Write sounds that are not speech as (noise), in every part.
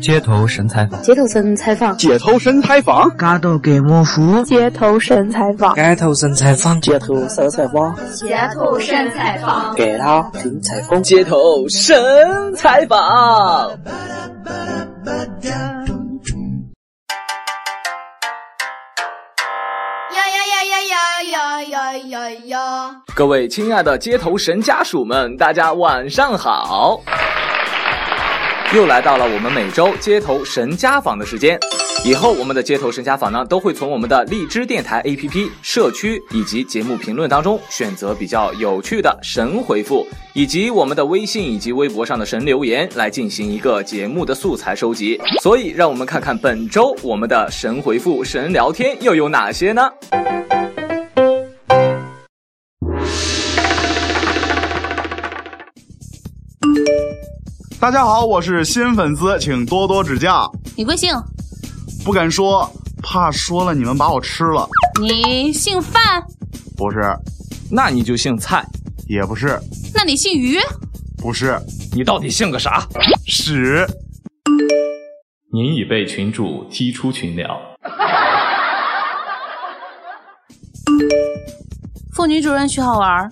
街头神采访，街头神采访，街头神采访，街头给我服，街头神采访，街头神采访，街头神采访，街头神采访，给他听采访，街头神采访。各位亲爱的街头神家属们，大家晚上好！又来到了我们每周街头神家访的时间。以后我们的街头神家访呢，都会从我们的荔枝电台 APP、社区以及节目评论当中选择比较有趣的神回复，以及我们的微信以及微博上的神留言来进行一个节目的素材收集。所以，让我们看看本周我们的神回复、神聊天又有哪些呢？大家好，我是新粉丝，请多多指教。你贵姓？不敢说，怕说了你们把我吃了。你姓范？不是。那你就姓蔡？也不是。那你姓于？不是。你到底姓个啥？屎！您已被群主踢出群聊。妇女主任许好玩，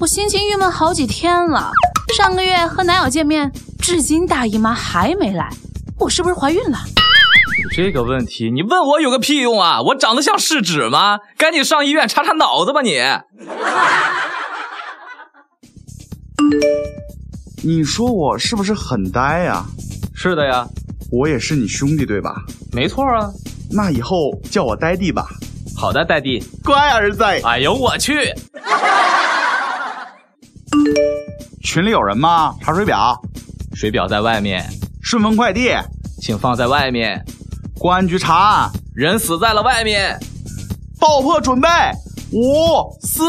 我心情郁闷好几天了。上个月和男友见面，至今大姨妈还没来，我是不是怀孕了？这个问题你问我有个屁用啊！我长得像试纸吗？赶紧上医院查查脑子吧你！你说我是不是很呆呀、啊？是的呀，我也是你兄弟对吧？没错啊，那以后叫我呆弟吧。好的，呆弟，乖儿子。哎呦我去！群里有人吗？查水表，水表在外面。顺丰快递，请放在外面。公安局查案，人死在了外面。爆破准备，五、四、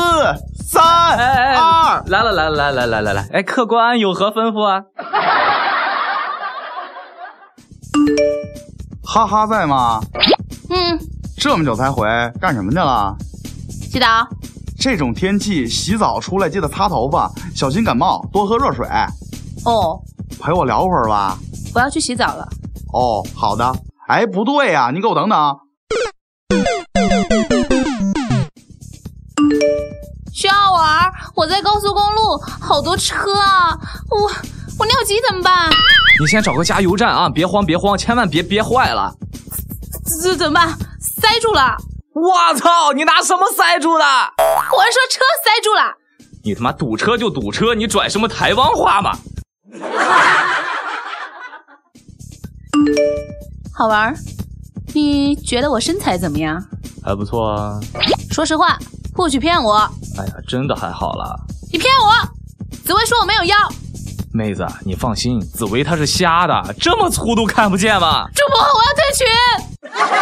三、哎哎哎二。来了来了来来来来来，哎，客官有何吩咐啊？哈哈，在吗？嗯。这么久才回，干什么去了？洗澡。这种天气洗澡出来记得擦头发，小心感冒，多喝热水。哦，陪我聊会儿吧。我要去洗澡了。哦，好的。哎，不对呀、啊，你给我等等。徐浩玩，我在高速公路，好多车啊！我我尿急怎么办？你先找个加油站啊！别慌，别慌，千万别憋坏了。这怎么办？塞住了。我操！你拿什么塞住的？我是说车塞住了。你他妈堵车就堵车，你拽什么台湾话嘛？好玩？你觉得我身材怎么样？还不错啊。说实话，不许骗我。哎呀，真的还好啦。你骗我！紫薇说我没有腰。妹子，啊你放心，紫薇她是瞎的，这么粗都看不见吗？主播，我要退群。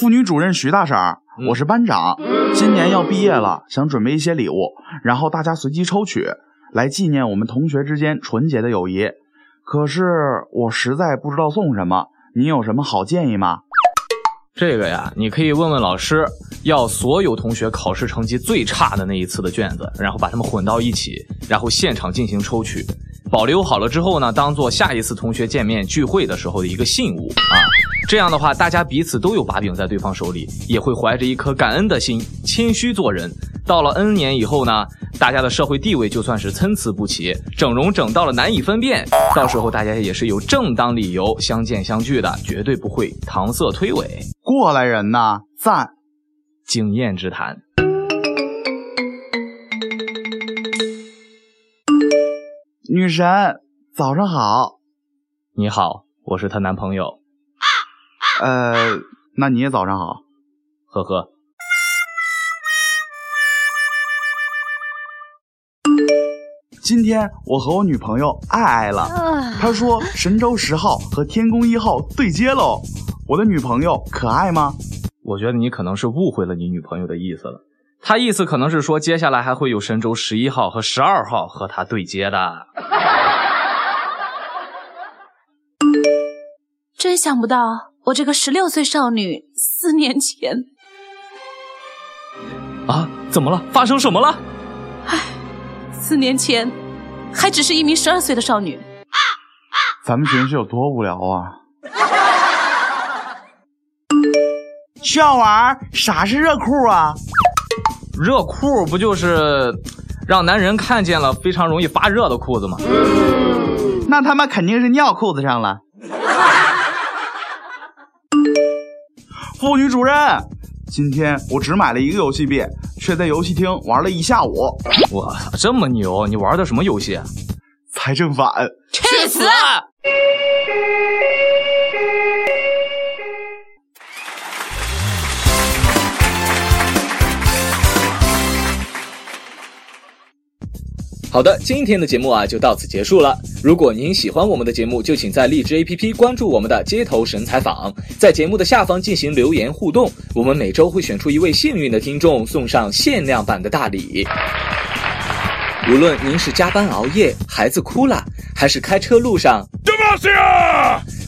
妇女主任徐大婶儿，我是班长，今年要毕业了，想准备一些礼物，然后大家随机抽取，来纪念我们同学之间纯洁的友谊。可是我实在不知道送什么，你有什么好建议吗？这个呀，你可以问问老师，要所有同学考试成绩最差的那一次的卷子，然后把它们混到一起，然后现场进行抽取。保留好了之后呢，当做下一次同学见面聚会的时候的一个信物啊。这样的话，大家彼此都有把柄在对方手里，也会怀着一颗感恩的心，谦虚做人。到了 N 年以后呢，大家的社会地位就算是参差不齐，整容整到了难以分辨，到时候大家也是有正当理由相见相聚的，绝对不会搪塞推诿。过来人呐，赞！经验之谈。女神，早上好。你好，我是她男朋友。呃，那你也早上好，呵呵。今天我和我女朋友爱爱了，啊、她说神舟十号和天宫一号对接喽。我的女朋友可爱吗？我觉得你可能是误会了你女朋友的意思了。他意思可能是说，接下来还会有神舟十一号和十二号和他对接的。真想不到，我这个十六岁少女，四年前……啊，怎么了？发生什么了？唉，四年前还只是一名十二岁的少女。咱们群是有多无聊啊！ (laughs) 小玩啥是热裤啊？热裤不就是让男人看见了非常容易发热的裤子吗？那他妈肯定是尿裤子上了。 (laughs) 妇女主任，今天我只买了一个游戏币，却在游戏厅玩了一下午。我操，这么牛！你玩的什么游戏啊？财政反，去死！好的，今天的节目啊就到此结束了。如果您喜欢我们的节目，就请在荔枝 APP 关注我们的街头神采访，在节目的下方进行留言互动。我们每周会选出一位幸运的听众，送上限量版的大礼。无论您是加班熬夜、孩子哭了，还是开车路上，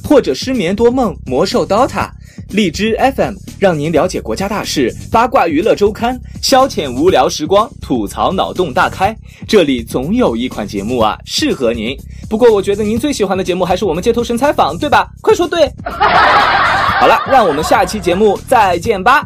或者失眠多梦、魔兽 DOTA、荔枝 FM，让您了解国家大事、八卦娱乐周刊、消遣无聊时光、吐槽脑洞大开。这里总有一款节目啊适合您。不过我觉得您最喜欢的节目还是我们街头神 (laughs) 采访，对吧？快说对！好了，让我们下期节目再见吧，